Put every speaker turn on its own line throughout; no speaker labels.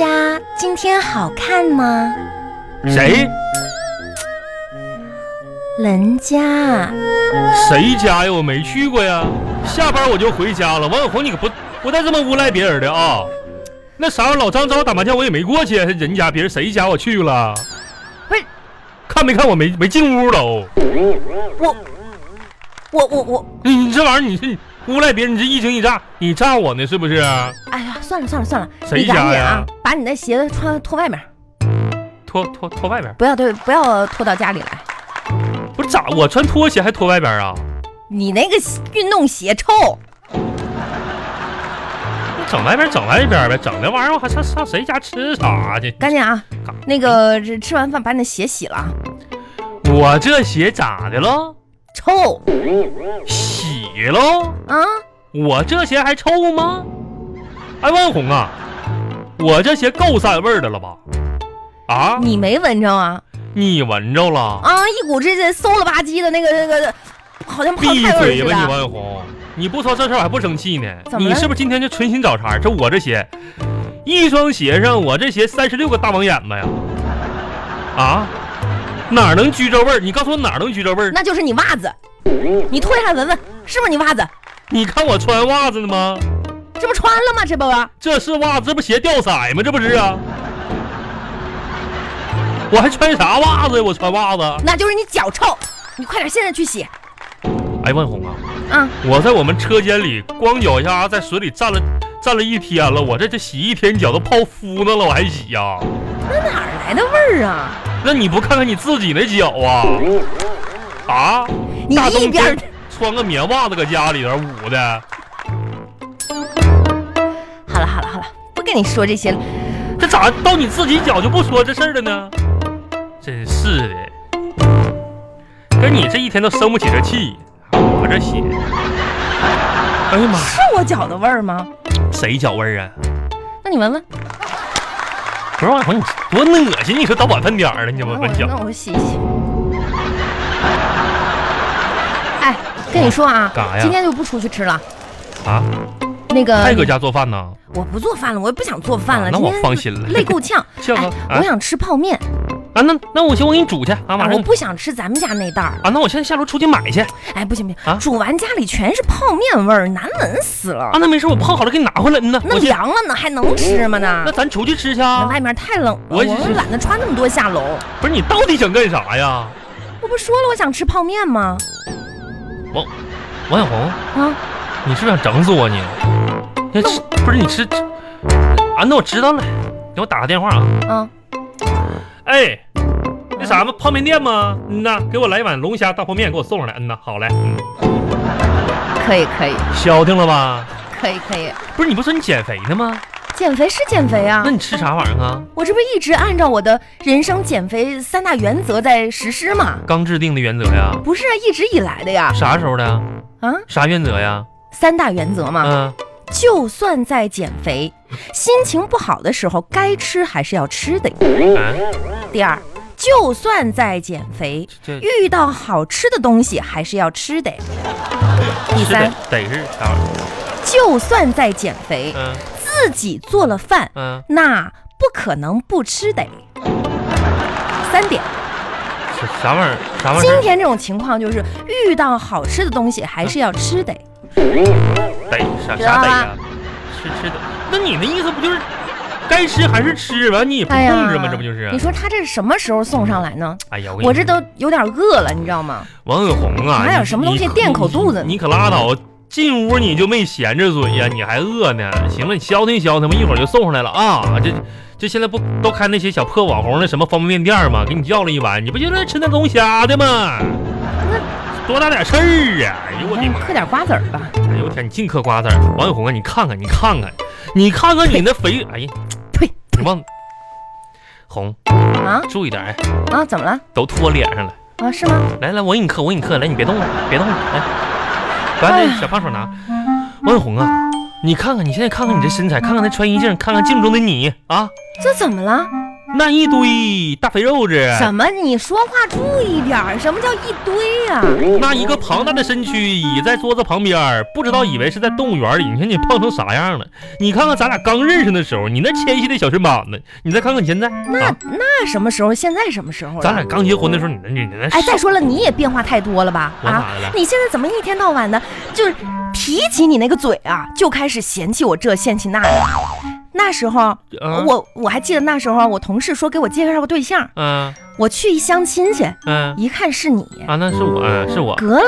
啊天好看吗？
谁
人家
谁家呀？我没去过呀。下班我就回家了。王小红，你可不不带这么诬赖别人的啊！那啥玩意儿，老张找我打麻将，我也没过去，人家别人谁家我去了。
不是，
看没看我没没进屋都？
我，我我我，
你哎你这玩意儿，你是诬赖别人，你这一惊一乍，你诈我呢是不是？
哎呀，算了算了算了，
谁
你赶
家
紧啊
呀，
把你那鞋子穿脱外面，
脱脱脱外边，
不要对，不要脱到家里来。
不是咋？我穿拖鞋还脱外边啊？
你那个鞋运动鞋臭，
那整外边整外边呗，整那玩意儿我还上上谁家吃啥去？
赶紧啊，那个这吃完饭把你的鞋洗了啊，
我这鞋咋的了？
臭
洗喽？
啊！
我这鞋还臭吗？哎，万红啊，我这鞋够散味儿的了吧？啊，
你没闻着啊？
你闻着了？
啊，一股这这馊了吧唧的那个那个，好像泡
闭
菜味
嘴
儿似
吧你，
的。
万红！你不说这事儿我还不生气呢？
怎么
你
了
是不是今天就存心找茬儿？这我这鞋，一双鞋上我这鞋三十六个大网眼子呀！啊，哪儿能居着味儿？你告诉我哪儿能居着味儿？
那就是你袜子，你脱下来闻闻，是不是你袜子？
你看我穿袜子呢吗？
这不穿了吗？这不
这是袜子，这不鞋掉色吗？这不是啊？我还穿啥袜子呀？我穿袜子。
那就是你脚臭，你快点现在去洗
哎，万红啊，
啊！
我在我们车间里光脚丫在水里站了站了一天了，我这这洗一天脚都泡敷那了，我还洗呀、
那哪儿来的味儿啊？
那你不看看你自己那脚啊？啊，
你
大冬
一边儿
天穿个棉袜子搁家里头捂的，
好了好了好了，不跟你说这些了。
这咋到你自己脚就不说这事儿了呢？真是的，跟你这一天都生不起这气，我这血。哎呀妈呀，
是我脚的味儿吗？
谁脚味儿啊？
那你闻闻。
不是王小红，你多恶心！你说到晚饭点儿了，你这
那
闻
我
闻脚。
那我洗一洗。哎，跟你说啊
干啥，呀
今天就不出去吃了。
啊，
那个
还搁家做饭呢？
我不做饭了，我也不想做饭了。
啊那我
今天
放心了
累够 呛。
笑
哎
哥，
我
啊
想吃泡面，哎
啊，那那我行，我给你煮去啊，马
我
上
不想吃咱们家那袋儿。
啊，那我现在下楼出去买去啊，
哎，不行不行，
啊
煮完家里全是泡面味儿，难闻死了。
那没事，我泡好了给你拿回来。嗯呐，
那
我去，
凉了呢，还能吃吗呢
那？咱出去吃去
那
啊。
外面太冷了，
我
我们懒得穿那么多下楼。
不是你到底想干啥呀？
我不说了，我想吃泡面吗？
王王小红，
啊，
你是不是想整死我你？你吃不是你吃吃啊？那我知道了，给我打个电话啊。
啊，
哎，那啥嘛，泡面店吗？嗯呐，给我来一碗龙虾大泡面，给我送上来。嗯呐，好嘞。嗯，
可以可以
消停了吧？
可以可以，
不是你不说你减肥呢吗？
减肥是减肥啊
那。你吃啥玩意儿啊？
我这不是一直按照我的人生减肥三大原则在实施吗？
刚制定的原则呀？
不是啊一直以来的呀。
啥时候的呀？
啊，
啥原则呀？
三大原则嘛，
嗯，
就算在减肥，心情不好的时候该吃还是要吃的。
哎
第二，就算在减肥，
这这
遇到好吃的东西还是要吃的。第
是得
三，
得是啥玩意儿？
就算在减肥，
嗯
自己做了饭，
嗯，
那不可能不吃的。三点，
哦是啥玩意儿？啥玩意
今
儿？
天这种情况就是遇到好吃的东西还是要吃的。
得啥
知道
啥
吧
得哎呀？吃吃的。那你的意思不就是该吃还是吃？完你也不控制吗？这不就是
哎你？说他这是什么时候送上来呢？
哎呀，
我
我跟
这
你
都有点饿了，你知道吗？
王永红啊，
哪有
你
什么东西
你可
垫口肚子呢嗯
你可拉倒。进屋你就没闲着嘴呀、你还饿呢？行了，你消停消停吧，一会儿就送上来了啊！这这现在不都开那些小破网红的什么方便面店吗？给你要了一碗，你不就来吃那龙虾的吗？多大点事儿啊！哎呦我的妈！
嗑点瓜子儿吧。
哎呦我天，你净嗑瓜子儿！王永红啊，你看看，你看看，你看看你那肥，哎呀，
呸！
你忘红，
啊
注意点，哎，
啊，怎么了？
都脱脸上了。
啊，是吗？
来来，我给你嗑，我给你嗑，来，你别动了，别动了，来，把
哎
那
呀
小胖手拿。王永红啊，你看看，你现在看看你这身材，看看那穿衣镜，看看镜中的你啊，
这怎么了？
那一堆大肥肉子，
什么？你说话注意点儿，什么叫一堆呀、
那一个庞大的身躯倚在桌子旁边儿，不知道以为是在动物园里。你看你胖成啥样了？你看看咱俩刚认识的时候，你那纤细的小身板子，你再看看你现在，
那
啊、
那什么时候？现在什么时候了？
咱俩刚结婚的时候，你那你那
哎，再
瘦
说了，你也变化太多了吧？
我
啊
哪来了，
你现在怎么一天到晚的，就是提起你那个嘴啊，就开始嫌弃我这嫌弃那的。那时候，
啊
我我还记得那时候，我同事说给我介绍个对象，
嗯
我去一相亲去，
嗯
一看是你。
啊，那是我，嗯是我
隔了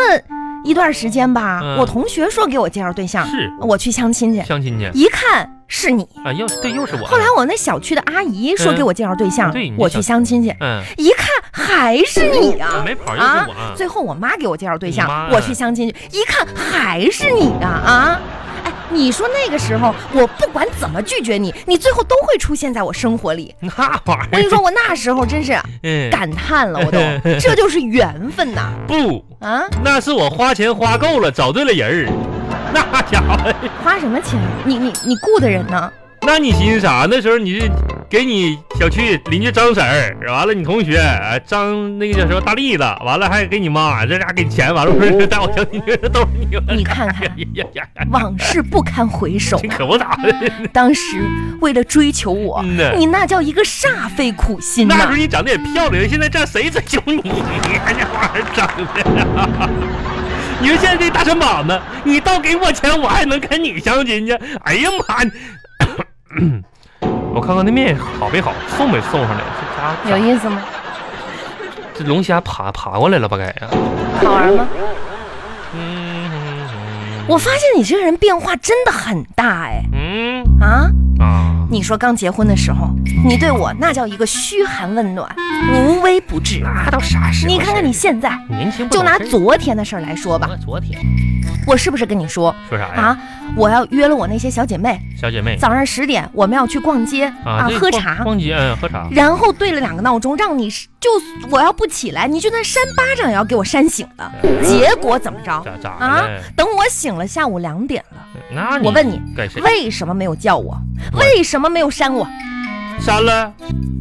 一段时间吧，
嗯
我同学说给我介绍对象，
是
我去相亲去，
相亲去
一看是你。
啊，又对又是我。
后来我那小区的阿姨说
嗯
给我介绍对象，
对你
我
小
去相亲去，
嗯，
一看还是你啊。
没跑又
啊
是我啊，
最后我妈给我介绍对
你妈
象
啊，
我去相亲去，一看还是你啊啊！哎，你说那个时候，我不管怎么拒绝你，你最后都会出现在我生活里。
那玩
我跟
意
你说，我那时候真是
儿，嗯，
感叹了，我 都，这就是缘分呐
不，
啊！
那是我花钱花够了，找对了人儿，那家伙。
花什么钱？你你你雇的人 呢？
那你寻思啥？那时候你是给你小区邻居张婶儿，完了你同学啊张那个叫什么大栗子，完了还给你妈，这家给钱，完了不是带我相亲去，都是你们。
哦你看看
呀呀呀呀！
往事不堪回首
这
啊！
可不咋的，
当时为了追求我，
嗯呐
你那叫一个煞费苦心
那时
呐、
候你长得也漂亮，现在这谁追求你？哎这玩意儿长得，你说现在这大身板子，你倒给我钱，我还能跟你相亲去？哎呀妈！你 我看看那面好没好，送没送上来？这家
有
伙
意思吗？
这龙虾爬爬过来了吧？该啊呀、
好玩吗？
嗯，
我发现你这个人变化真的很大哎
嗯
啊！
啊，
你说刚结婚的时候，你对我那叫一个嘘寒问暖，无微不至。
那到啥时候？
你看看你现在，
年轻不
就
懂
拿
事儿
昨天的事儿来说吧，
我昨天
我是不是跟你说
说啥呀？
啊？我要约了我那些小姐妹，
小姐妹
早上十点我们要去逛街啊，
这
喝
逛
茶。
逛街，嗯，喝茶。
然后对了两个闹钟，让你是就我要不起来，你就算扇巴掌也要给我扇醒了。结果怎么着？
哎咋咋哎
啊
的？
等我醒了，下午两点了，
那你
我问你，
干谁？
为什么没有叫我？
我
为什么没有扇我？
删了，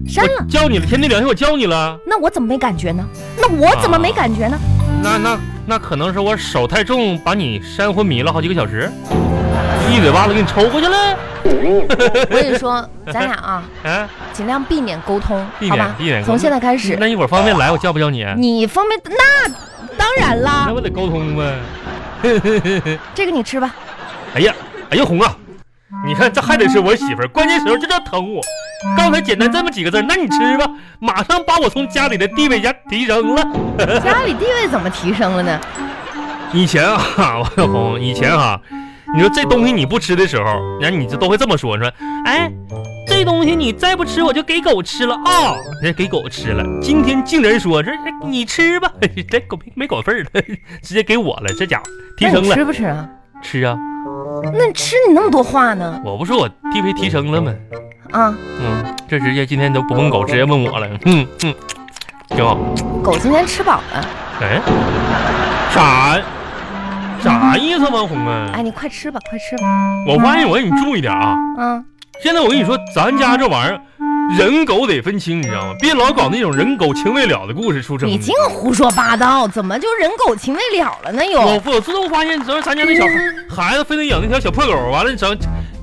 删了
我，叫你了，天地良心，我叫你了。
那我怎么没感觉呢？那我怎么没感觉呢？
那那那可能是我手太重，把你扇昏迷了好几个小时，一嘴巴子给你抽过去了。
我跟你说，咱俩啊，
啊，
尽量避免沟通，
避
好
免
吧
避？免。
从现在开始，
那一会儿方便来，我叫不叫你？
你啊方便那当然
那
啦，
不得沟通呗。
这个你吃 吧。
哎呀，哎呀，红啊，你看这还得是我媳妇儿，关键时候就这疼我。刚才简单这么几个字儿，那你吃吧，马上把我从家里的地位家提升了。
家里地位怎么提升了呢？
以前啊， 我小红，以前啊，你说这东西你不吃的时候，然后你就都会这么说，说，哎，这东西你再不吃，我就给狗吃了啊、人家给狗吃了，今天竟然说这这你吃吧， 这狗没没狗份儿了， 直接给我了，这家伙提
那
升
你
了，
吃不吃啊？
吃啊！
那你吃你那么多话呢？
我不说我地位提升了吗？
啊，
嗯，这直接今天都不问狗，直接问我 了。嗯嗯，挺好。
狗今天吃饱了，
哎，啥啥意思王红啊？
哎，你快吃吧，快吃吧。
我发现我让你注意点啊！
啊，
现在我跟你说，咱家这玩意儿，人狗得分清，你知道吗？别老搞那种人狗情未了的故事出
你
成。
净胡说八道，怎么就人狗情未了了呢？
我
又
我自从发现，主要咱家那小
嗯
孩子非得养那条小破狗，完了，整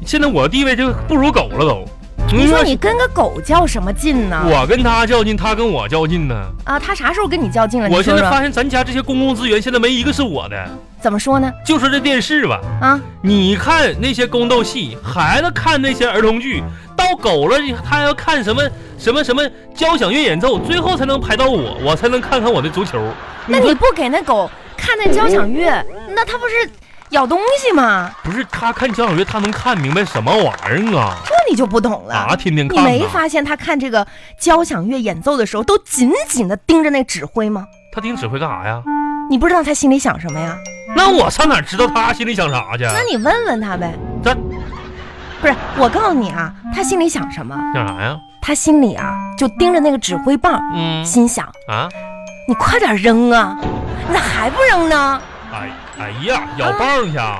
现在我地位就不如狗了都。
你说你跟个狗较什么劲呢？
我跟他较劲，他跟我较劲呢。
啊，它啥时候跟你较劲了？
我
你
现
说
在
说，
发现咱家这些公共资源现在没一个是我的。
怎么说呢？
就说这电视吧，
啊，
你看那些宫斗戏，孩子看那些儿童剧，到狗了他要看什么什么什么交响乐演奏，最后才能排到我，我才能看看我的足球。
那
说
你不给那狗看那交响乐，那它不是咬东西吗？
不是他看交响乐，他能看明白什么玩意儿啊？
这你就不懂
啊，
了。
天天
你
看
没
呐，
发现它看这个交响乐演奏的时候，都紧紧的盯着那指挥吗？
他听指挥干啥呀？
你不知道它心里想什么呀？
那我上哪知道他心里想啥去？
那你问问他呗。
咱
不是，我告诉你啊，他心里想什么？
想啥呀？
他心里啊，就盯着那个指挥棒，
嗯
心想：
啊，
你快点扔啊！你咋还不扔呢？
哎哎呀，咬棒去啊！